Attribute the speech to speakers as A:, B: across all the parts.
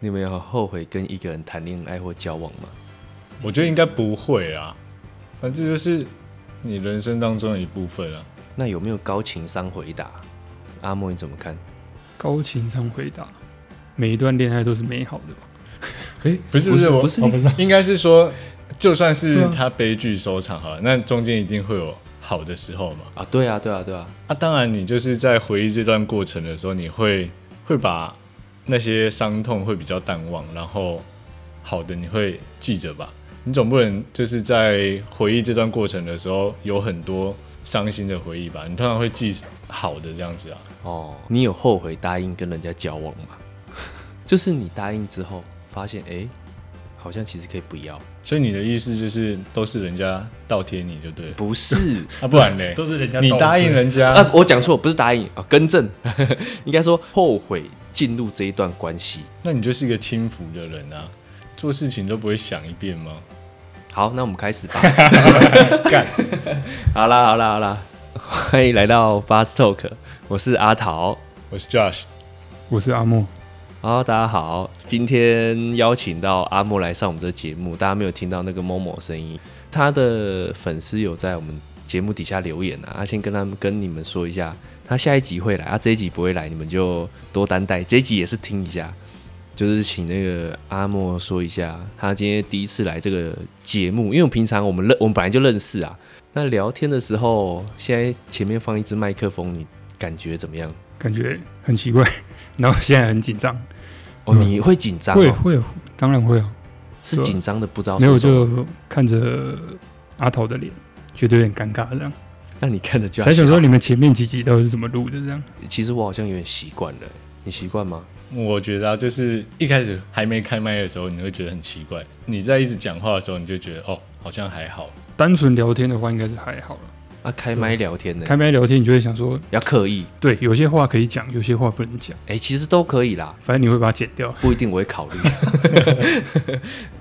A: 你们有后悔跟一个人谈恋爱或交往吗？
B: 我觉得应该不会啊，反正就是你人生当中的一部分啊。
A: 那有没有高情商回答？阿莫你怎么看？
C: 高情商回答，每一段恋爱都是美好的吧？
A: 哎，
B: 不是
A: 不
B: 是我
A: 不是
B: 我 应该是说，就算是
C: 对啊
B: 他悲剧收场好了，那中间一定会有好的时候嘛。
A: 啊，对啊，对啊，对啊，
B: 啊，当然你就是在回忆这段过程的时候，你会会把那些伤痛会比较淡忘，然后好的你会记着吧。你总不能就是在回忆这段过程的时候有很多伤心的回忆吧？你通常会记好的这样子啊。
A: 哦，你有后悔答应跟人家交往吗？ 就是你答应之后发现，哎，好像其实可以不要，
B: 所以你的意思就是都是人家倒贴你就对了，
A: 不是
B: 啊，不然嘞，
D: 都是人家
B: 你
D: 倒
B: 答应
D: 吃
B: 人家，
A: 啊，我讲错，不是答应啊，更正， 应该说后悔进入这一段关系。
B: 那你就是一个轻浮的人啊，做事情都不会想一遍吗？
A: 好，那我们开始吧。 好啦，好啦，好啦，欢迎来到 Fast Talk，我是阿桃。
B: 我是 Josh，
C: 我是阿莫，
A: 好，大家好，今天邀请到阿莫来上我们这个节目，大家没有听到那个某某声音，他的粉丝有在我们节目底下留言啊，啊先跟他们跟你们说一下，他下一集会来，啊这一集不会来，你们就多担待，这一集也是听一下，就是请那个阿莫说一下，他今天第一次来这个节目，因为我平常我们认我们本来就认识啊，那聊天的时候，现在前面放一支麦克风，你感觉怎么样？
C: 感觉很奇怪， 然后现在很紧张，
A: 哦，你会紧张、
C: 啊会
A: 哦？
C: 会，当然会啊，
A: 是
C: 对啊
A: 紧张的，不知道
C: 没有
A: 说什么
C: 就看着阿桃的脸，觉得有点尴尬这样，
A: 那你看着就要
C: 才想说
A: 笑
C: 你们前面几集到底是怎么录的这样，
A: 其实我好像有点习惯了，你习惯吗？
B: 我觉得啊，就是一开始还没开麦的时候，你会觉得很奇怪；你在一直讲话的时候，你就觉得哦，好像还好。
C: 单纯聊天的话应该是还好了，
A: 啊，开麦聊天呢，
C: 开麦聊天你就会想说，
A: 要刻意，
C: 对，有些话可以讲，有些话不能讲，
A: 哎、其实都可以啦，
C: 反正你会把它剪掉，
A: 不一定我会 考虑。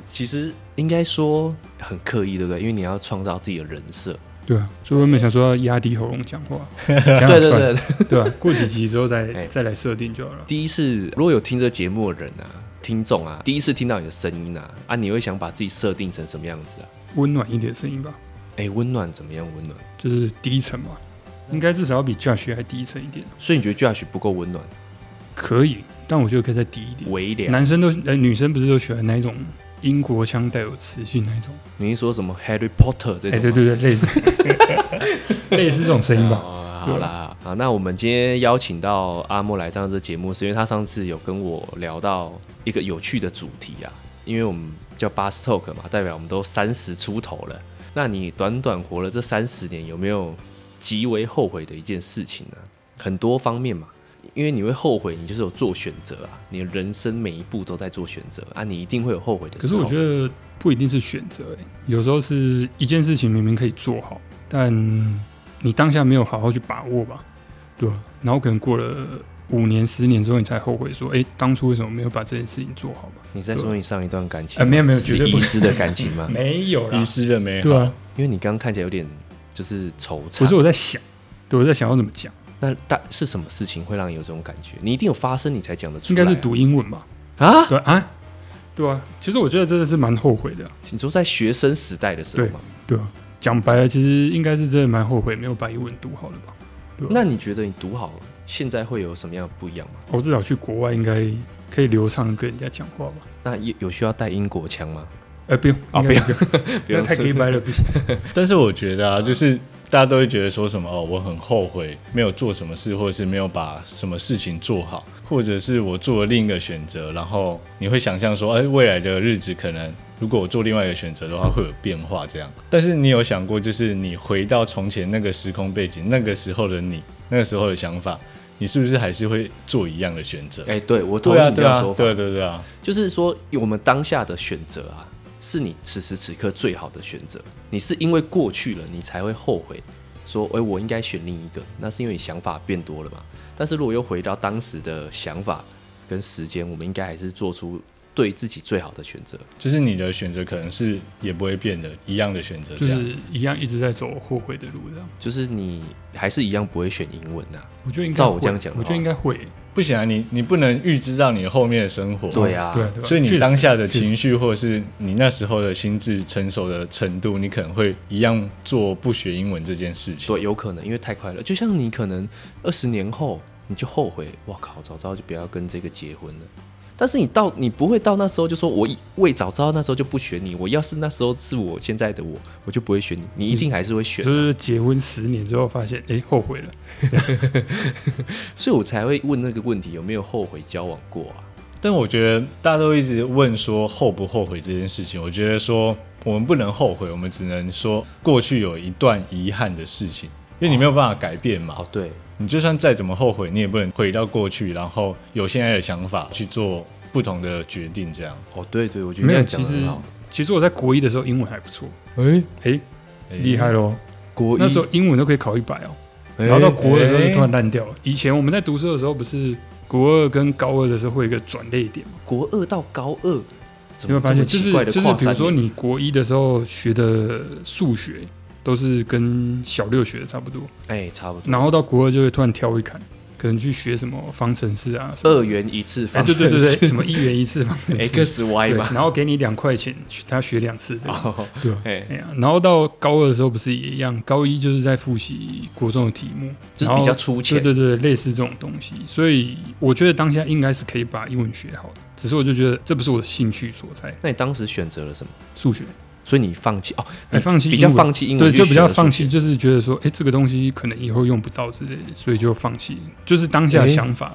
A: 其实应该说很刻意，对不对？因为你要创造自己的人设。
C: 对啊，所以我们想说要压低喉咙讲话，对
A: 对对对，
C: 对啊，过几集之后再、
A: 哎
C: 再来设定就好了。
A: 第一次如果有听这节目的人啊，听众啊，第一次听到你的声音啊，啊，你会想把自己设定成什么样子啊？
C: 温暖一点的声音吧，
A: 哎、温暖怎么样？温暖？
C: 就是低沉嘛，应该至少要比 Josh 还低沉一点，
A: 所以你觉得 Josh 不够温暖，
C: 可以，但我觉得可以再低一点。
A: 微凉？
C: 男生都呃女生不是都喜欢那一种英国腔带有磁性那一种？
A: 你是说什么 Harry Potter 这种吗？
C: 哎，对对对，类似 类似这种声音吧。
A: 哦、
C: 对
A: 好啦，好，那我们今天邀请到阿莫来上这节目，是因为他上次有跟我聊到一个有趣的主题啊，因为我们叫 Bus Talk 嘛，代表我们都三十出头了。那你短短活了这三十年，有没有极为后悔的一件事情呢、很多方面嘛，因为你会后悔，你就是有做选择啊，你的人生每一步都在做选择啊，你一定会有后悔的时
C: 可
A: 候。
C: 是哦我觉得不一定是选择、欸，有时候是一件事情明明可以做好，但你当下没有好好去把握吧，对吧、然后可能过了五年、十年之后，你才后悔说，哎、当初为什么没有把这件事情做好吧？
A: 你在说你上一段感情吗，
C: 呃没有没有绝对
A: 你
C: 不
A: 遗
C: 是
A: 失的感情吗？
C: 没有
B: 遗失的美好，
C: 对啊，
A: 因为你刚刚看起来有点就是惆怅。啊
C: 不是我在想，对我在想要怎么讲，
A: 那大是什么事情会让你有这种感觉？你一定有发生，你才讲得出
C: 应
A: 来啊、
C: 该是读英文吧？
A: 啊？
C: 对啊啊，对啊，其实我觉得真的是蛮后悔的啊、
A: 你说在学生时代的时候
C: 对
A: 嘛？
C: 对啊，讲白了，其实应该是真的蛮后悔没有把英文读好了吧？对啊
A: 那你觉得你读好，现在会有什么样的不一样吗？
C: 我至少去国外应该可以流畅地跟人家讲话吧？
A: 那有有需要带英国腔吗？
C: 哎、不用
A: 啊
C: 应
A: 不
C: 该
A: 用
C: 不用，
A: 不用
C: 那太
A: 是
C: gay 白了，不行。
B: 但是我觉得啊，就是大家都会觉得说什么哦，我很后悔没有做什么事，或者是没有把什么事情做好，或者是我做了另一个选择，然后你会想象说，哎，未来的日子可能如果我做另外一个选择的话，会有变化这样。但是你有想过，就是你回到从前那个时空背景，那个时候的你，那个时候的想法，你是不是还是会做一样的选择？
A: 哎、对我同
B: 对
A: 意
B: 啊，
A: 你这
B: 对
A: 样
B: 啊
A: 说，法，
B: 对对对啊，
A: 就是说我们当下的选择啊，是你此时此刻最好的选择。你是因为过去了，你才会后悔，说，哎、我应该选另一个。那是因为你想法变多了嘛。但是如果又回到当时的想法跟时间，我们应该还是做出对自己最好的选择。
B: 就是你的选择可能是也不会变的，一样的选择
C: 就
B: 这样。
C: 是一样一直在走后悔的路这样。
A: 就是你还是一样不会选英文呐、啊。
C: 我觉得应该
A: 照我
C: 会
A: 这样讲的
C: 我觉得
A: 话
C: 应该会。
B: 不行啊，你你不能预知到你后面的生活。
A: 对啊，
C: 对啊，对啊
B: 所以
C: 确
B: 你
C: 实
B: 当下的
C: 确实
B: 情绪，或者是你那时候的心智成熟的程度，你可能会一样做不学英文这件事情。
A: 对，有可能因为太快乐，就像你可能二十年后你就后悔，哇靠，早知道就不要跟这个结婚了。但是你到你不会到那时候就说，我以为早知道那时候就不选你，我要是那时候是我现在的我，我就不会选你，你一定还是会选
C: 就
A: 啊、
C: 是结婚十年之后发现，哎、后悔了。
A: 所以我才会问那个问题，有没有后悔交往过啊？
B: 但我觉得大家都一直问说后不后悔这件事情，我觉得说我们不能后悔，我们只能说过去有一段遗憾的事情，因为你没有办法改变嘛。
A: 哦，对，
B: 你就算再怎么后悔，你也不能回到过去，然后有现在的想法去做不同的决定，这样。
A: 哦对对，我觉得
C: 没
A: 这
C: 有，
A: 样讲
C: 其
A: 得很
C: 实
A: 好。
C: 其实我在国一的时候英文还不错，
A: 哎、
C: 哎、厉害喽！
A: 国一
C: 那时候英文都可以考一百哦，
A: 哎
C: 然后到国二的时候
B: 哎
C: 就突然烂掉了。以前我们在读书的时候，不是国二跟高二的时候会有一个转类点嘛？
A: 哎国二到高二，怎
C: 你
A: 么
C: 会发
A: 这么
C: 现，就
A: 奇
C: 是
A: 怪的
C: 就是
A: 跨
C: 比如
A: 三
C: 说
A: 年？
C: 你国一的时候学的数学都是跟小六学的差不多，
A: 哎、差不多。
C: 然后到国二就会突然跳一坎，可能去学什么方程式啊，什么
A: 二元一次
C: 哎
A: 方
C: 对
A: 程式、
C: 对对对，哎什么一元一次方 程式。
A: x y
C: 对，
A: 嘛。
C: 然后给你两块钱，他学两次，对吧？
A: 哦，
C: 对啊
A: 哎，
C: 哎呀，然后到高二的时候不是也一样？高一就是在复习国中的题目，
A: 就是
C: 然后
A: 比较粗浅。
C: 对对对，类似这种东西。所以我觉得当下应该是可以把英文学好的，只是我就觉得这不是我的兴趣所在，
A: 那你当时选择了什么？
C: 数学。
A: 所以你放弃哦，
C: 哎，放弃
A: 比
C: 英
A: 较
C: 文
A: 放弃英文，
C: 对，就
A: 去
C: 比较
A: 选了
C: 放
A: 数
C: 弃，
A: 学。
C: 就是觉得说，哎，这个东西可能以后用不到之类的，所以就放弃，就是当下
A: 哎
C: 的想法。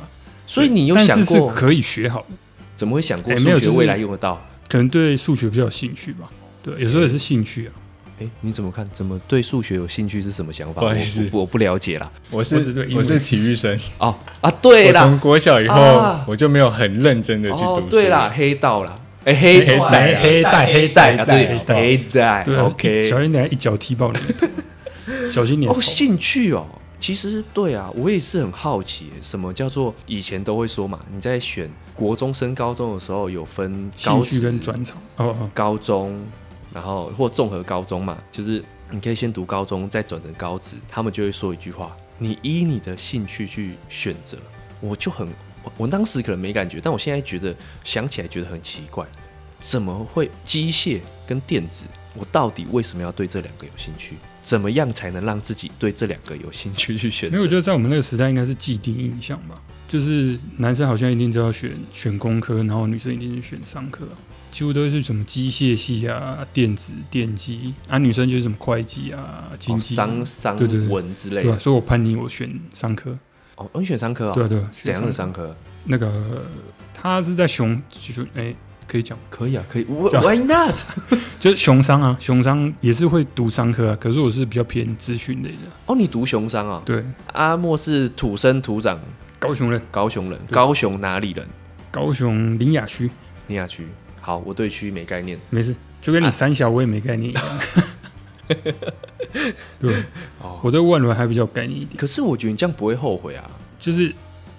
A: 所以你有
C: 但
A: 想
C: 是是
A: 过，
C: 可以学好的，
A: 怎么会想过
C: 哎没
A: 数
C: 有
A: 学
C: 就是
A: 未来用得到？
C: 可能对数学比较有兴趣吧。对，有时候也是兴趣啊。
A: 哎，你怎么看？怎么对数学有兴趣是什么想法？
B: 不好
A: 我
B: 意思
A: 我我不了解啦。
B: 我
C: 我只对
B: 是
C: 英文
B: 我是体育生，
A: 哦啊，对
B: 我
A: 啦
B: 从，国小以后、
A: 啊
B: 我就没有很认真的去读
A: 哦
B: 书。
A: 对啦，，黑道啦，哎黑
B: 黑
A: 道
B: 带啊
A: 黑带黑带啊，对
B: 黑带
A: 黑带
C: 对啊小
A: ，OK。
C: 心等下一脚踢爆你的 头，小心你的头
A: 哦，。兴趣哦。其实对啊，我也是很好奇，什么叫做以前都会说嘛？你在选国中升高中的时候，有分高
C: 兴趣
A: 职
C: 跟专长哦哦，
A: 高中，然后或综合高中嘛，就是你可以先读高中，再转成高职，他们就会说一句话：你依你的兴趣去选择。我就很，我我当时可能没感觉，但我现在觉得想起来觉得很奇怪，怎么会机械跟电子？我到底为什么要对这两个有兴趣？怎么样才能让自己对这两个有兴 趣去选
C: 没有，我
A: 择？
C: 觉得在我们那个时代应该是既定印象吧，就是男生好像一定都要选选工科，然后女生一定是选商科啊、几乎都是什么机械系啊、电子、电机啊，女生就是什么会计啊、经
A: 哦
C: 济什么、
A: 商商
C: 对对对
A: 文之类
C: 对啊，
A: 的
C: 所以我叛逆，我选商科，
A: 哦，哦你选商科
C: 对
A: 哦，
C: 啊对啊，
A: 怎样
C: 选
A: 的
C: 商
A: 商
C: 科？
A: 科？
C: 那个呃他是在熊熊哎、可以讲吗，
A: 可以啊，可以我
C: 这样
A: ，Why not？
C: 就是熊商啊，熊商也是会读商科啊，可是我是比较偏资讯类的，
A: 哦，你读熊商啊、
C: 对，
A: 阿莫是土生土长
C: 高雄人，
A: 高雄人，高雄哪里人？
C: 高雄林雅区，
A: 尼亚区。好，我对区没概念。
C: 没事，就跟
A: 啊
C: 你三峡我也没概念 一样。对，
A: 哦
C: 我对万轮还比较有概念一点，
A: 可是我觉得你这样不会后悔啊。
C: 就是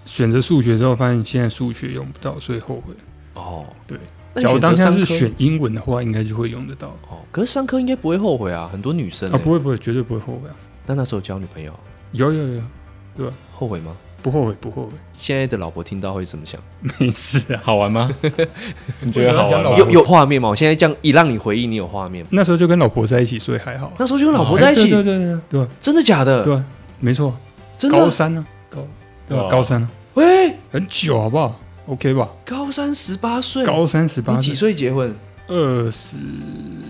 C: 选择数学之后发现现在数学用不到，所以后悔。
A: 哦，
C: 对，
A: 那你
C: 假如
A: 选
C: 当
A: 择
C: 下
A: 商
C: 是
A: 科
C: 选英文的话，应该就会用得到。
A: 哦，可是商科应该不会后悔啊，很多女生、欸、
C: 啊，不会不会，绝对不会后悔啊！
A: 那那时候交女朋友
C: 有有有，
A: 后悔吗？
C: 啊不后悔不后悔，
A: 现在的老婆听到会怎么想？
C: 没事啊。
B: 好玩吗？你觉得好玩
C: 为什么要讲老
B: 吗
C: 啊？
A: 有有画面吗？我现在这样一让你回忆，你有画面吗？哦
C: 那时候就跟老婆在一起，所以还好啊。
A: 那时候就跟老婆在一起，呃
C: 哎对对对对
A: 真的假
C: 对
A: 的？
C: 对啊，没错，
A: 真
C: 高
A: 的？
C: 三呢，高对
A: 哦
C: 吧？
B: 哇
C: 高三啊，
A: 喂、
C: 很久好不好？OK 吧？
A: 高三十八岁，
C: 高三十八
A: 你几
C: 岁，
A: 岁结婚？
C: 二十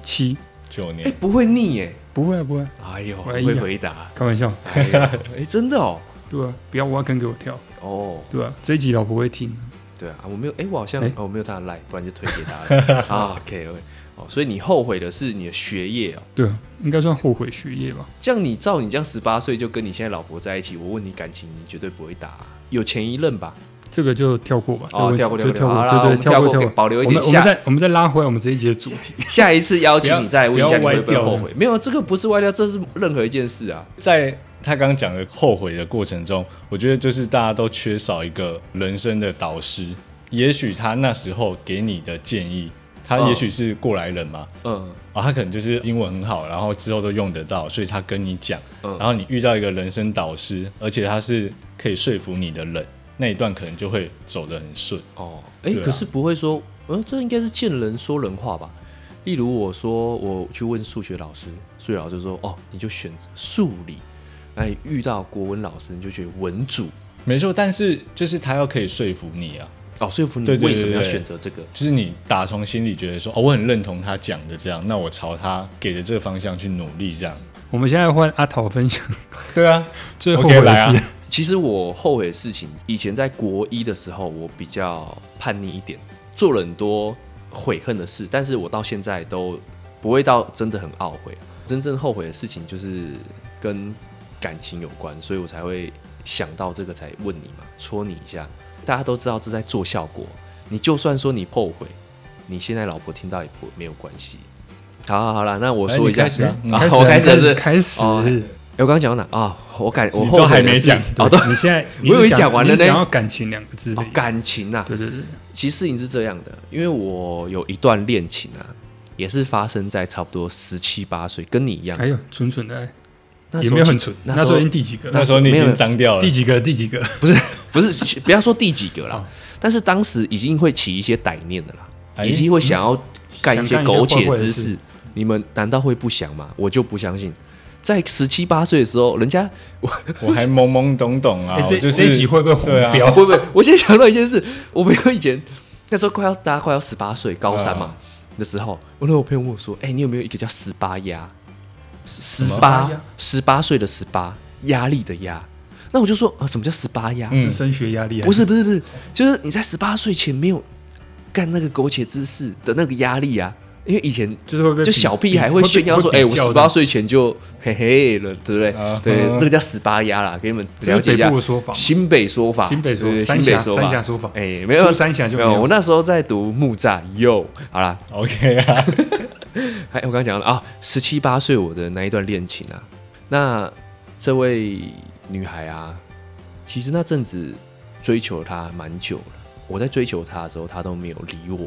C: 七，
B: 九
A: 哎、
B: 年，
A: 不会腻哎、
C: 不会啊不会啊，
A: 哎呦，
C: 哎呀
A: 会回答。
C: 开玩笑。
A: 哎呦哎，真的哦。
C: 对啊，不要挖坑给我跳，
A: 哦，
C: 对啊，这一集老婆会听，
A: 对啊，我没有，哎、我好像、
C: 哎
A: 哦，我没有他的 line，不然就推给他 了啊。OK OK，哦，所以你后悔的是你的学业哦。
C: 对啊，应该算后悔学业吧？
A: 这样你照你这样十八岁就跟你现在老婆在一起，我问你感情，你绝对不会答、有前一任吧？
C: 这个就跳过吧，
A: 哦，
C: 这
A: 跳
C: 个
A: 过跳过
C: 问题就跳
A: 好啦，我
C: 对对，
A: 们
C: 跳
A: 过
C: 过跳过。
A: 保留一
C: 我们
A: 点
C: 我们
A: 下
C: 再我们再拉回我们这一集的主 题，
A: 下一次邀
B: 不
A: 请
B: 要
A: 你再问一
B: 不
A: 下
B: 要
A: 你会
B: 歪
A: 不会
B: 掉
A: 后悔。没有，这个不是歪掉，这是任何一件事啊。
B: 在他刚讲的后悔的过程中，我觉得就是大家都缺少一个人生的导师，也许他那时候给你的建议，他
A: 嗯
B: 也许是过来人嘛，
A: 嗯
B: 啊，他可能就是英文很好，然后之后都用得到，所以他跟你讲，
A: 嗯
B: 然后你遇到一个人生导师，而且他是可以说服你的人，那一段可能就会走得很顺。
A: 哦，哎、
B: 对啊
A: 可是不会说，嗯、这应该是见人说人话吧？例如我说我去问数学老师，数学老师说，哦，你就选数理。那你遇到国文老师，你就选文主
B: 没错，但是就是他要可以说服你啊，
A: 哦，说服你
B: 对对对
A: 为什么要
B: 对
A: 选择这个？
B: 就是你打从心里觉得说，哦，我很认同他讲的这样，那我朝他给的这个方向去努力这样。
C: 我们现在换阿桃分享
B: 对啊，
C: 最后
B: OK，
C: 悔的
B: 来啊
C: 事，
A: 其实我后悔的事情，以前在国一的时候，我比较叛逆一点，做了很多悔恨的事，但是我到现在都不会到真的很懊悔。真正后悔的事情就是跟感情有关，所以我才会想到这个才问你嘛，戳你一下。大家都知道这在做效果，你就算说你后悔，你现在老婆听到也不没有关系。好好好啦，那我
B: 哎
A: 说
B: 你
A: 一下，
B: 开始啊你
A: 好
B: 开始啊
A: 我开始了是不是
C: 开始，
A: 哦哎我刚刚讲到哪啊？我感我
B: 你
A: 后
B: 都
A: 悔
B: 还
A: 的
B: 没
A: 事
B: 讲
A: 哦，都
C: 你现在 你
A: 我以为
C: 是
A: 讲完了
C: 你是
A: 呢
C: 讲到感情两个字而
A: 哦
C: 已，
A: 感情啊，
C: 对对对，
A: 其实事情是这样的，因为我有一段恋情啊，也是发生在差不多十七八岁，跟你一样
C: 还，有纯纯的爱，
A: 那
C: 哎也
A: 时候
C: 没有很
A: 其
C: 纯，
A: 那
C: 那
A: 时
C: 时
A: 候
C: 候已经第几个？
B: 那时候你已经脏掉了
C: 第。几个？第几个？
A: 不是，不要说第几
C: 哦
A: 个啦，但是当时已经会起一些歹念的啦，
B: 哎
A: 已经会想要干一些苟
C: 想干一
A: 且
C: 些坏坏
A: 之
C: 的
A: 事
C: 事。
A: 你们难道会不想吗？我就不相信，在十七八岁的时候，人家
B: 我还懵懵懂懂啊，
C: 哎
B: 我
C: 这
B: 就是
C: 这一集会哦不会
B: 对啊
C: 红标？
A: 不不， 我现在想到一件事，我朋友以前那时候快要大家快要十八岁，高三
C: 啊
A: 嘛、的时候，我那我朋友问我说：“哎、你有没有一个叫十八压？十
C: 么
A: 八
C: 18压
A: 十八岁的十八，压力的压。”那我就说啊，什么叫十八压？
C: 是升学压力还
A: 不是不是不是，就是你在十八岁前没有干那个苟且之事的那个压力啊。因为以前
C: 就是会不会
A: 就
C: 比
A: 小屁孩
C: 比
A: 会炫耀说：“
C: 会
A: 哎、
C: 比
A: 我
C: 较
A: 十
C: 的
A: 八岁前就嘿嘿了，对不对？”
B: 啊
A: 对，
B: 嗯
A: 这个叫十八压啦，给你们
C: 这
A: 了
C: 是
A: 解一
C: 北
A: 下
C: 部的说法吗
A: 新北说法，
C: 新北说
A: 对对
C: 三
A: 新北
C: 峡
A: 说法，
C: 三峡说法
A: 哎、没有
C: 住三峡就
A: 没
C: 没有
A: 我那时候在读木栅，有好啦，
B: OK 啊，
A: 哎，我刚刚讲了啊，十七八岁我的那一段恋情啊，那这位女孩啊，其实那阵子追求她蛮久了，我在追求她的时候，她都没有理我，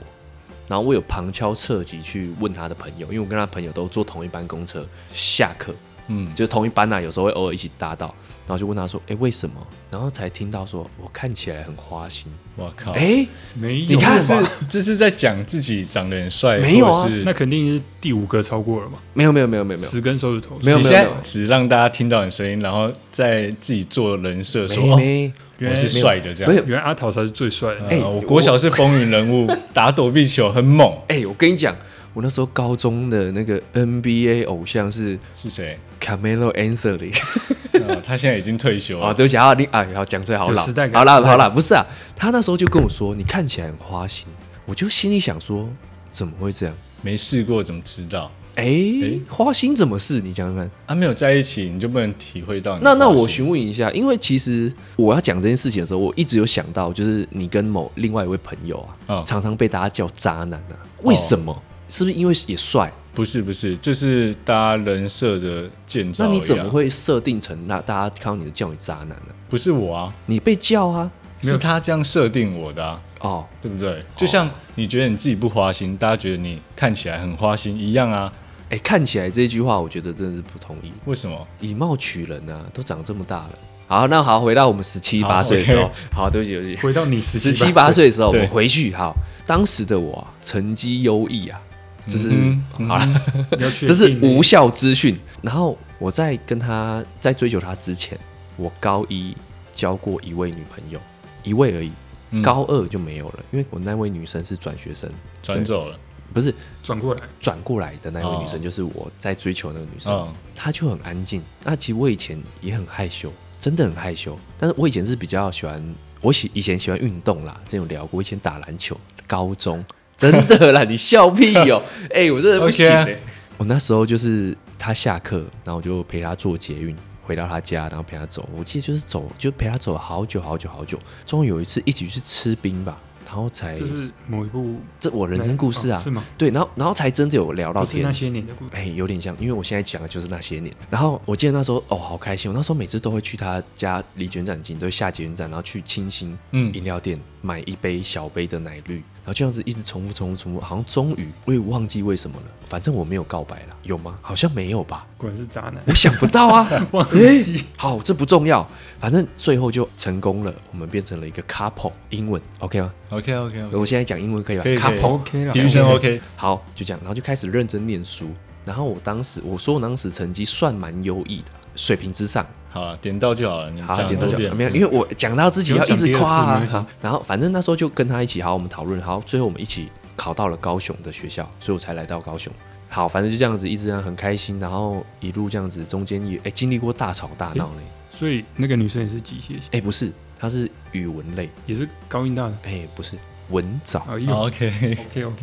A: 然后我有旁敲侧击去问她的朋友，因为我跟她朋友都坐同一班公车，下课
B: 嗯，
A: 就是同一班呐、有时候会偶尔一起搭到，然后就问她说，哎，为什么？然后才听到说我看起来很花心，
B: 我靠，
A: 哎，
C: 没有
A: 你看
B: 这是
C: 吧
B: 这是在讲自己长得很帅，
A: 没有啊
B: 或者是
C: 那肯定是第五个超过了嘛，
A: 没有没有没有没有没有，
C: 十根手指头
A: 没有
B: 你现在只让大家听到你声音，然后再自己做人设说
A: 没
B: 哦，
A: 没，
B: 我是帅的这
A: 没
B: 样。
A: 有
C: 原来阿桃才是最帅的，
A: 哎
B: 嗯我国小是风云人物， 打躲避球很猛，
A: 哎、我跟你讲，我那时候高中的那个 NBA 偶像是
B: 是谁？
A: Camelo Anthony
B: 啊他现在已经退 休
A: 啊，
B: 了。
A: 对不起啊，你哎，好讲出来好老
C: 有时代，感
A: 好啦
C: 时代感
A: 好啦，不是啊，他那时候就跟我说，你看起来很花心，我就心里想说，怎么会这样？
B: 没试过怎么知道？
A: 哎、
B: 哎
A: 花心怎么是？你讲讲看。
B: 啊，没有在一起你就不能体会到你
A: 那
B: 的花心。
A: 那我询问一下，因为其实我要讲这件事情的时候，我一直有想到，就是你跟某另外一位朋友啊，
B: 嗯
A: 常常被大家叫渣男啊，为什么？是不是因为也帅？
B: 不是不是，就是大家人设的建造。
A: 那你怎么？会设定成那大家看到你就叫你渣男呢、
B: 不是我啊，
A: 你被叫啊，
B: 是他这样设定我的啊。
A: 哦，
B: 对不对？就像你觉得你自己不花心，大家觉得你看起来很花心一样啊？
A: 哎、看起来这句话我觉得真的是不同意，
B: 为什么？
A: 以貌取人啊，都长这么大了。好，那好，回到我们十七
B: 好
A: 八岁的时候
B: OK，
A: 好，对不起，对不起，
C: 回到你十
A: 十七八，岁的时候，我
B: 对
A: 们回去，好，当时的我、啊、成绩优异啊，这是、
B: 嗯哼
A: 好了，
C: 你要确
A: 这是
C: 定
A: 无效资讯。然后我在跟他在追求他之前，我高一交过一位女朋友，一位而已，
B: 嗯
A: 高二就没有了，因为我那位女生是转学生，
B: 转走了，
A: 不是
C: 转过来，
A: 转过来的那位女生，
B: 哦
A: 就是我在追求的那个女生，
B: 嗯，
A: 她就很安静。那其实我以前也很害羞，真的很害羞。但是我以前是比较喜欢，我喜以前喜欢运动啦，这有聊过。我以前打篮球，高中真的 啦，你笑屁哟、哎、我真的不行、欸。
B: OK 啊
A: 我那时候就是她下课，然后我就陪她坐捷运。回到她家，然后陪她走。我记得就是走，就陪她走好久好久好久。终于有一次一起去吃冰吧，然后才
C: 这是某一部
A: 这我哎人生故事
C: 哦
A: 啊
C: 是，吗？
A: 对，然后然后才真的有聊到
C: 不是
A: 天
C: 那，些年的故事，
A: 哎，有点像，因为我现在讲的就是那些年。然后我记得那时候哦，好开心，我那时候每次都会去他家离卷展近，都会下捷运站，然后去清新
B: 嗯
A: 饮料店买一杯小杯的奶绿，然后这样子一直重复重复重复，好像终于我也忘记为什么了，反正我没有告白了，有吗？好像没有吧。
C: 果然是渣男。
A: 我想不到啊，
C: 忘
A: 哎，好，这不重要，反正最后就成功了，我们变成了一个 couple，英文 OK 吗？
B: ，OK OK OK，
A: 我现在讲英文可以吧
B: 可以可以
A: couple
C: OK 了，
B: 体育生 OK，
A: 好，就这样，然后就开始认真念书。然后我当时我说我当时成绩算蛮优异的，水平之上。
B: 好了，点到就好了，你
A: 好，
B: 嗯讲
A: 点到
B: 多
A: 就
B: 遍
A: 没有，因为我讲到自己要一直夸、啊
C: 不用讲第二次没关系
A: 好。然后反正那时候就跟他一起，好，我们讨论，好，最后我们一起考到了高雄的学校，所以我才来到高雄。好，反正就这样子，一直这样很开心，然后一路这样子，中间也哎经历过大吵大闹嘞。
C: 所以那个女生也是机械系，
A: 哎，不是，他是语文类，
C: 也是高音大的。
A: 哎，不是文藻。
C: 哎
B: 好
C: 呦
B: OK，
C: ，OK OK，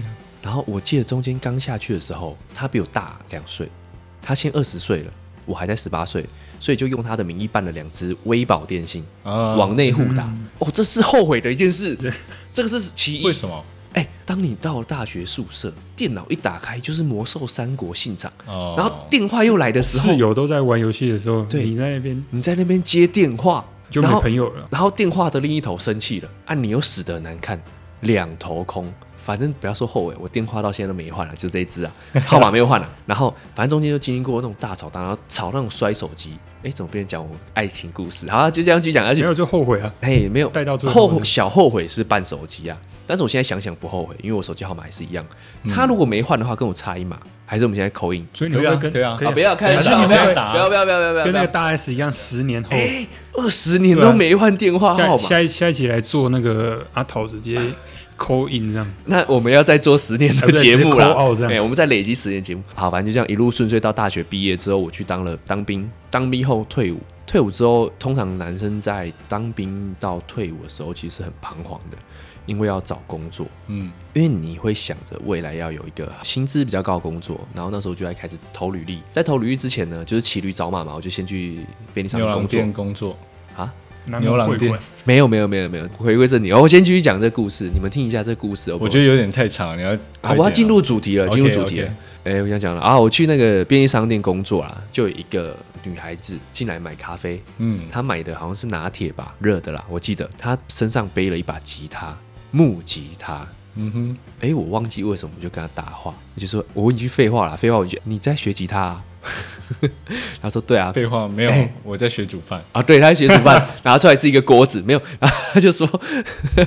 A: 然后我记得中间刚下去的时候，他比我大两岁，他先二十岁了，我还在十八岁，所以就用他的名义办了两支微保电信，
B: 啊
A: 往内互打。
C: 嗯
A: 哦，这是后悔的一件事，这个是其一
B: 为。什么？
A: 哎、当你到了大学宿舍，电脑一打开就是《魔兽三国》信场，
B: 哦
A: 然后电话又来的时候
C: 室，友都在玩游戏的时候，
A: 对
C: 你在那边
A: 你在那边接电话，
C: 就
A: 然
C: 没
A: 后
C: 朋友了。
A: 然后电话的另一头生气了，啊，你又死得很难看，两头空。反正不要说后悔，我电话到现在都没换了，就这一只 啊，号码没有换了。然后反正中间就经历过那种大吵大闹，吵那种摔手机。哎，怎么变成讲我爱情故事？好，就这样去讲下
C: 没
A: 去。
C: 有就后悔啊，
A: 哎，没有
C: 带到最后
A: 后
C: 呢
A: 悔小后悔是办手机啊，但是我现在想想不后悔，因为我手机号码还是一样。
C: 嗯
A: 他如果没换的话，跟我差一码，还是我们现在口音。
C: 所以你会不会跟
B: 可以啊可以
A: 啊，不要开玩笑，不
B: 还是你
A: 要
B: 这样
A: 不
B: 打啊
A: 要不要不要不要不要，
C: 跟那个大 S 一样，十年后
A: 二十年都没换电话号
C: 下
A: 码，
C: 下一下一集来做那个阿桃直接扣印这样，
A: 那我们要再做十年的节目啦
C: 哎不对直接 call out 这，样
A: 对，我们再累积十年节目。好，反正就这样一路顺遂到大学毕业之后，我去当了当兵，当兵后退伍，退伍之后，通常男生在当兵到退伍的时候，其实是很彷徨的，因为要找工作，
B: 嗯
A: 因为你会想着未来要有一个薪资比较高的工作，然后那时候就在开始投履历。在投履历之前呢，就是骑驴找马嘛，我就先去便利商
B: 牛
A: 店
B: 郎
A: 工作
B: 店工作，
A: 啊。
C: 男
B: 牛郎
C: 会
B: 店
C: 馆
A: 没有没有没有没有，回归正题，哦我先继续讲这故事，你们听一下这故事。
B: 我觉
A: 得
B: 得有点太长，你要快
A: 啊，
B: 点
A: 我要进入主题了，进入主题了
B: OK，OK。
A: 哎、我想讲了啊，我去那个便利商店工作啦，就有一个女孩子进来买咖啡，
B: 嗯，
A: 她买的好像是拿铁吧，热的啦，我记得她身上背了一把吉他，木吉他。
B: 嗯哼，
A: 哎、我忘记为什么，我就跟她搭话，我就说我问一句废话啦，废话我就你在学吉他、啊？ 她说对啊，
B: 废话没有
A: 哎，
B: 我在学煮饭，
A: 啊，对，他在学煮饭， 拿出来是一个锅子，没有，然后他就说，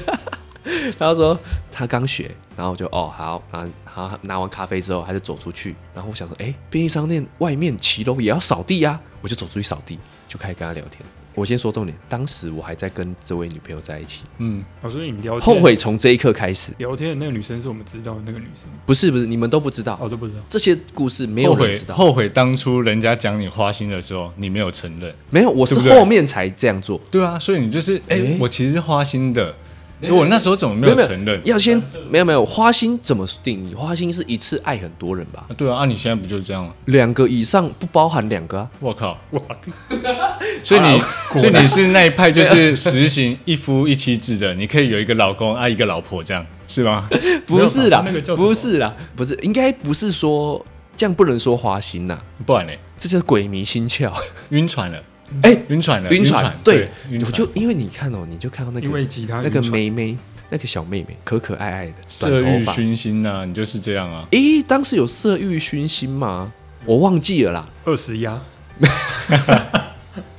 A: 他说他刚学，然后我就哦好，拿拿拿完咖啡之后，他就走出去，然后我想说，哎，便利商店外面骑楼也要扫地呀、我就走出去扫地，就开始跟他聊天。我先说重点，当时我还在跟这位女朋友在一 起，
B: 嗯，
C: 哦，所以你聊天
A: 后悔从这一刻开始，
C: 聊天的那个女生是我们知道的那个女生，
A: 不是不是，你们都不知道，
C: 哦，都不知道。
A: 这些故事没
B: 后
A: 有人
B: 悔
A: 知道，
B: 后悔当初人家讲你花心的时候，你没有承认，
A: 没有，我是
B: 对不对
A: 后面才这样做，
B: 对啊，所以你就是哎、
A: 哎
B: 我其实是花心的，我那时候怎么没有承认？
A: 要先没有没有花心怎么定义？花心是一次爱很多人吧？
B: 啊对啊，啊你现在不就是这样吗？
A: 两个以上不包含两个啊，
B: 我靠， 所以你所以你是那一派，就是 实行一夫一妻制的，你可以有一个老公啊，一个老婆这样是吗？
A: 不是啦，
C: 那个叫什么
A: 不是啦，不是，应该不是说这样不能说花心呐、
B: 不然呢？
A: 这叫鬼迷心窍，
B: 晕船了，
A: 哎、
B: 嗯晕船了，
A: 晕船
B: 船，，
A: 对，
B: 晕
A: 我
B: 船。
A: 就因为你看哦，你就看到那个
C: 因为吉他
A: 那个
C: 晕船
A: 妹妹，那个小妹妹可可爱爱的，短
B: 色
A: 头
B: 欲
A: 发，
B: 熏心呐、你就是这样啊。
A: 咦，当时有色欲熏心吗？我忘记了啦，
C: 二十压，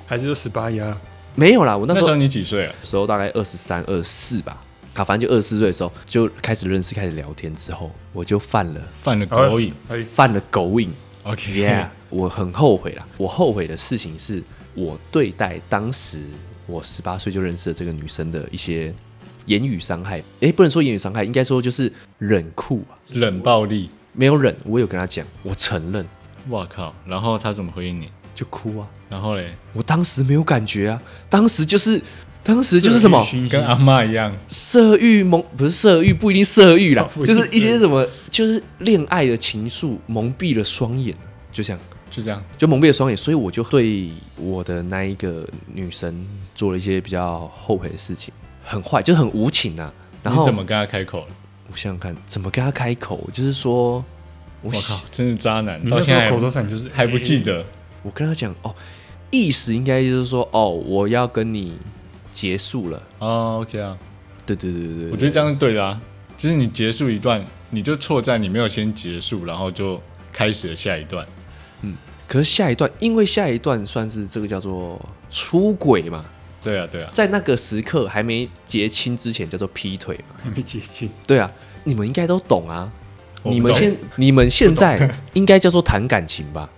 C: 还是说十八啊压？
A: 没有啦，我那
B: 那
A: 时
B: 时
A: 候
B: 候你几岁啊？
A: 时候大概二十三、二四吧。啊，反正就二十四岁的时候就开始认识、开始聊天之后，我就犯了
B: 犯了勾引。
C: 哎，
A: 犯了狗瘾。
B: OK，
A: 呃 Yeah，我很后悔啦。我后悔的事情是我对待当时我十八岁就认识的这个女生的一些言语伤害。诶，不能说言语伤害，应该说就是忍酷吧。
B: 冷暴力。
A: 没有忍，我有跟她讲，我承认，
B: 我靠！然后他怎么回应你？
A: 就哭啊。
B: 然后嘞，
A: 我当时没有感觉啊，当时就是。当时就是什么
C: 色欲熏心，
B: 跟阿妈一样，
A: 色欲蒙，不是色欲，不一定色欲啦
C: 不一
A: 就
C: 定
A: 是一些什么，就是恋爱的情愫蒙蔽了双眼，就这样。
B: 就这样。
A: 就蒙蔽了双眼，所以我就对我的那一个女生做了一些比较后悔的事情，很坏，就很无情啊。然后
B: 你怎么跟他开口？
A: 我想想看，怎么跟他开口？就是说，我
B: 我靠，真是渣男，
C: 你
B: 到
C: 那时
B: 现在
C: 候口头
B: 还
C: 禅就是
B: 还不记，得。
A: 我跟他讲哦，意思应该就是说哦，我要跟你结束了。
B: 哦，OK 啊，
A: 对对对对对，
B: 我觉得这样是对的啊，就是你结束一段，你就错在你没有先结束，然后就开始了下一段。
A: 可是下一段，因为下一段算是这个叫做出轨嘛，
B: 对啊，对啊，
A: 在那个时刻还没结亲之前叫做劈腿嘛。
C: 哎还没接近，
A: 对啊，你们应该都懂啊。
B: 我不
A: 你们
B: 懂
A: 现你们现 在应该叫做谈感情吧？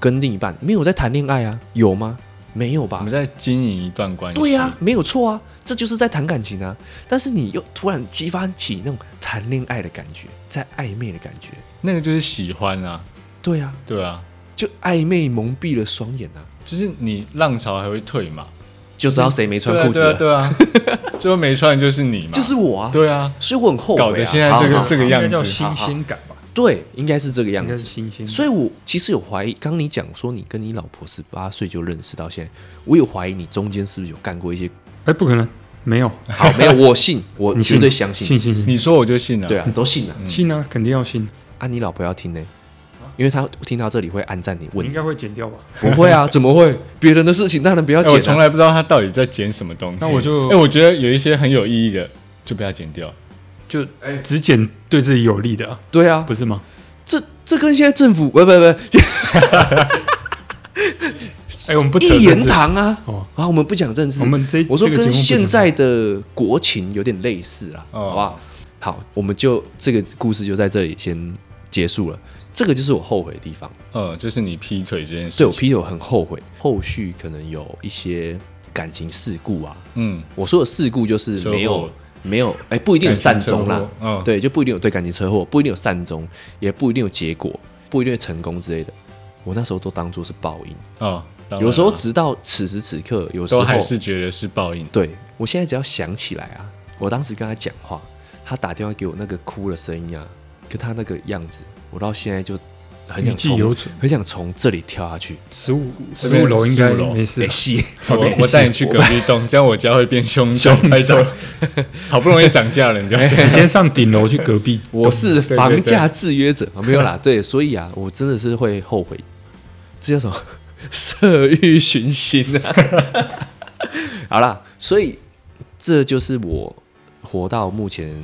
A: 跟另一半没有在谈恋爱啊？有吗？没有吧？
B: 我们在经营一段关系。
A: 对呀、没有错啊，这就是在谈感情啊。但是你又突然激发起那种谈恋爱的感觉，在暧昧的感觉。
B: 那个就是喜欢啊，
A: 对啊，
B: 对啊，
A: 就暧昧蒙蔽了双眼啊，
B: 就是你浪潮还会退嘛，
A: 就知道谁没穿
B: 对啊
A: 裤子了，
B: 对啊，对啊， 最后没穿的就是你嘛，
A: 就是我啊。
B: 对啊，
A: 所以我很后悔、啊，
B: 搞得现在这
A: 好
B: 个
A: 好好
B: 这个样子
C: 应该叫新鲜感吧，
A: 对，应该是这个样
C: 应该是
A: 子。
C: 新鲜感。
A: 所以我其实有怀疑，刚你讲说你跟你老婆十八岁就认识到现在，我有怀疑你中间是不是有干过一些？
C: 哎，不可能，没有，
A: 好，没有，我信，我
C: 你
A: 啊绝
C: 信
A: 对相信。
C: 信信信
B: 你说我就信了、
A: 对，啊，都信啊。
C: 信啊，肯定要信，
A: 啊，你老婆要听呢，因为她听到这里会暗赞你
C: 你
A: 问
C: 应
A: 你，
C: 该会剪掉吧？
A: 不会 啊，怎么会？别人的事情当然不要
B: 哎
A: 剪、啊
B: 我从来不知道他到底在剪什么东西。
C: 那我就
B: 哎、我觉得有一些很有意义的，就被他剪掉。
C: 就
A: 哎
C: 只剪对自己有利的啊，
A: 对啊，
C: 不是吗？
A: 这这跟现在政府不不不
C: 哎，我们不扯
A: 一
C: 政
A: 言
C: 治，
A: 堂啊
C: 哦
A: 啊！我们不讲政治，
C: 我们这
A: 我说
C: 这个节目
A: 跟
C: 不讲
A: 现在的国情有点类似啊，
B: 哦
A: 好吧？好，我们就这个故事就在这里先结束了。这个就是我后悔的地方，
B: 嗯，就是你劈腿这件事
A: 对
B: 情。
A: 我劈友很后悔，后续可能有一些感情事故啊。
B: 嗯，
A: 我说的事故就是
B: 车祸
A: 没有没有，哎、不一定有善终啦
B: 感情，车祸嗯
A: 对，就不一定有对感情车祸，不一定有善终，也不一定有结果，不一定会成功之类的。我那时候都当做是报应，
B: 哦，当然啊
A: 有时候直到此时此刻，有时候
B: 都还是觉得是报应。
A: 对我现在只要想起来啊，我当时跟他讲话，他打电话给我那个哭的声音啊，跟他那个样子，我到现在就很
C: 余
A: 想
C: 悸
A: 从
C: 犹存。
A: 很想从这里跳下去。
C: 十五
B: 这
C: 十
B: 边
C: 五楼应该
B: 15楼
C: 没事
A: 哎，西，。
B: 我我带你去隔壁栋，这样我家会变凶宅。拜托，好不容易涨价了，你不要这
C: 你
B: 样。
C: 先上顶楼去隔壁
A: 我是
B: 对对
A: 房价制约者，啊没有 啦。对，所以啊，我真的是会后悔，这叫什么？色欲熏心 啊！好啦，所以这就是我活到目前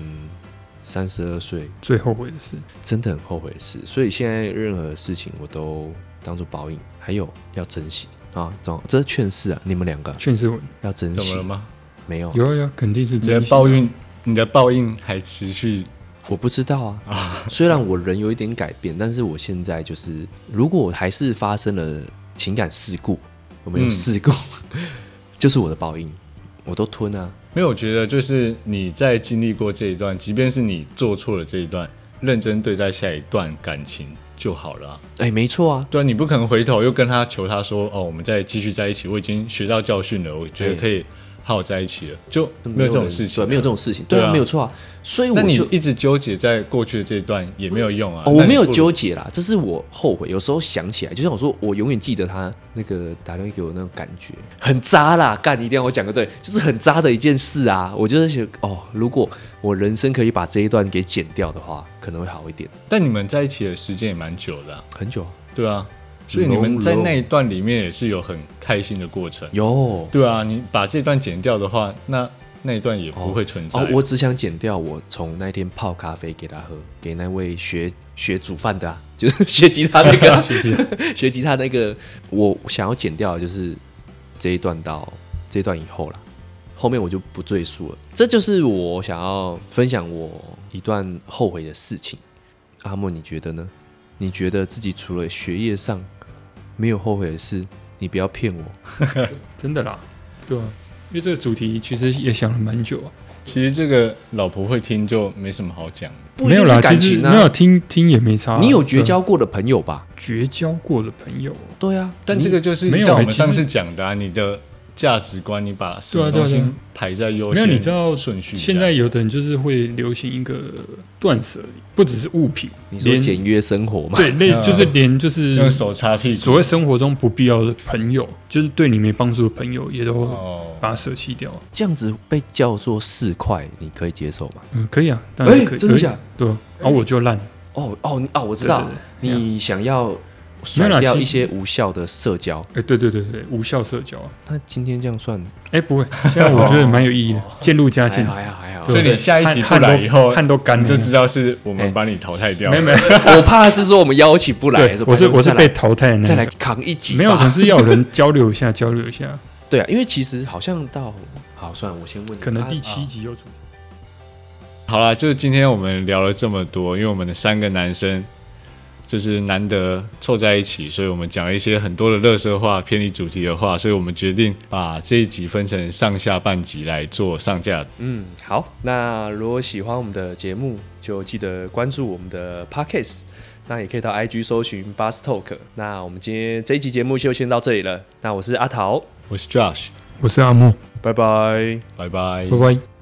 A: 三十二岁
C: 最后悔的事，
A: 真的很后悔的事，所以现在任何事情我都当做报应，还有要珍惜啊！总这劝世啊，你们两个
C: 劝世文
A: 要珍
B: 怎么了
A: 惜。
B: 吗？
A: 没有，
C: 有啊有啊，肯定是
B: 你
C: 真
B: 的
C: 心的
B: 报应，你的报应还持续。
A: 我不知道 啊。虽然我人有一点改变，但是我现在就是，如果我还是发生了情感事故，我们有
B: 嗯
A: 事 故，就是我的报应，我都吞啊。
B: 没有，我觉得就是你在经历过这一段，即便是你做错了这一段，认真对待下一段感情就好了啊、
A: 哎，没错啊，
B: 对啊，你不可能回头又跟他求他说哦，我们再继续在一起，我已经学到教训了，我觉得
A: 对
B: 可以好好在一起了，就没有这种
A: 人
B: 事情啊、
A: 对，没有这种事情，对
B: 对
A: 啊，
B: 啊
A: 没有错啊。所以我
B: 那你
A: 就
B: 一直纠结在过去的这一段也没有用啊。
A: 哦，
B: 那
A: 我
B: 你
A: 没有
B: 不如
A: 纠结啦，这是我后悔。有时候想起来，就像我说，我永远记得他那个打电话给我那种感觉，很渣啦，干，一定要我讲个对，就是很渣的一件事啊。我就在想，哦，如果我人生可以把这一段给剪掉的话，可能会好一点。
B: 但你们在一起的时间也蛮久的啊、
A: 很久啊
B: 对啊，所以你们在那一段里面也是有很开心的过程。
A: 有
B: 对啊，你把这段剪掉的话，那那一段也不会存在。啊
A: 哦，我只想剪掉我从那天泡咖啡给他喝，给那位学学煮饭的、啊， 就是学吉他那个啊、 学吉他那个，我想要剪掉的就是这一段到这一段以后了，后面我就不赘述了。这就是我想要分享我一段后悔的事情。阿莫，你觉得呢？你觉得自己除了学业上没有后悔的事，你不要骗我。
C: 真的啦，对啊，因为这个主题其实也想了蛮久啊，
B: 其实这个老婆会听就没什么好讲的。
A: 不一
C: 没有
A: 定是
C: 啦，
A: 感
C: 其实
A: 情啊
C: 没有听听也没差啊。
A: 你有绝
C: 对啊嗯
A: 交过的朋友吧？
C: 绝交过的朋友，
A: 对啊，
B: 但这个就是
C: 没有
B: 像我
C: 欸
B: 们
C: 其实
B: 上次讲的、啊，你的价值观，你把什
C: 对
B: 么
C: 啊对啊
B: 东西
C: 对啊
B: 排在优
C: 没
B: 先，
C: 有你知道
B: 顺序这
C: 现
B: 样？
C: 在有的人就是会流行一个断舍离，不只是物品，
A: 你说
C: 连
A: 简约生活嘛？
C: 对，类
B: 嗯
C: 就是连就是
B: 用手擦屁股
C: 所谓生活中不必要的朋友，就是对你没帮助的朋友，也都
B: 哦，
C: 把它舍弃掉。
A: 这样子被叫做四块，你可以接受吗？
C: 嗯，可以啊，当
B: 哎
C: 然可以，
A: 真的假的？
C: 对啊，然后我就烂，
A: 哦哦你哦，我知道
C: 对对对
A: 你想要
C: 没有
A: 甩
C: 啦
A: 掉
C: 其
A: 一
C: 实
A: 些无效的社交，
C: 哎，对对对对，无效社交啊，
A: 那今天这样算
C: 哎，不会，现在我觉得蛮有意义
B: 哦
C: 的，渐入佳
A: 还
C: 境
A: 好。还好还好。
B: 所以你下一集
C: 汗
B: 不来以后
C: 汗都干
B: 你
C: 了，
B: 就知道是我
A: 哎
B: 们把你淘汰掉了。
C: 没没，
A: 我怕是说我们邀请不来，
C: 对，
A: 说
C: 我是
A: 拜托
C: 我是
A: 再来
C: 被淘汰的那
A: 再来
C: 个，
A: 扛一集吧，
C: 没有，总是要有人交流一下，交流一下。
A: 对啊，因为其实好像到好，算了，我先问你，
C: 可能
A: 啊
C: 第七，集有主，
B: 好啦，就是今天我们聊了这么多，因为我们的三个男生就是难得凑在一起，所以我们讲了一些很多的乐色话、偏离主题的话，所以我们决定把这一集分成上下半集来做上架。
A: 啊嗯，好，那如果喜欢我们的节目，就记得关注我们的 podcast，那也可以到 IG 搜寻 Bus Talk。那我们今天这一集节目就先到这里了，那我是阿桃，
B: 我是 Josh，
C: 我是阿木，
A: 拜拜。
B: 拜拜
C: 拜。拜。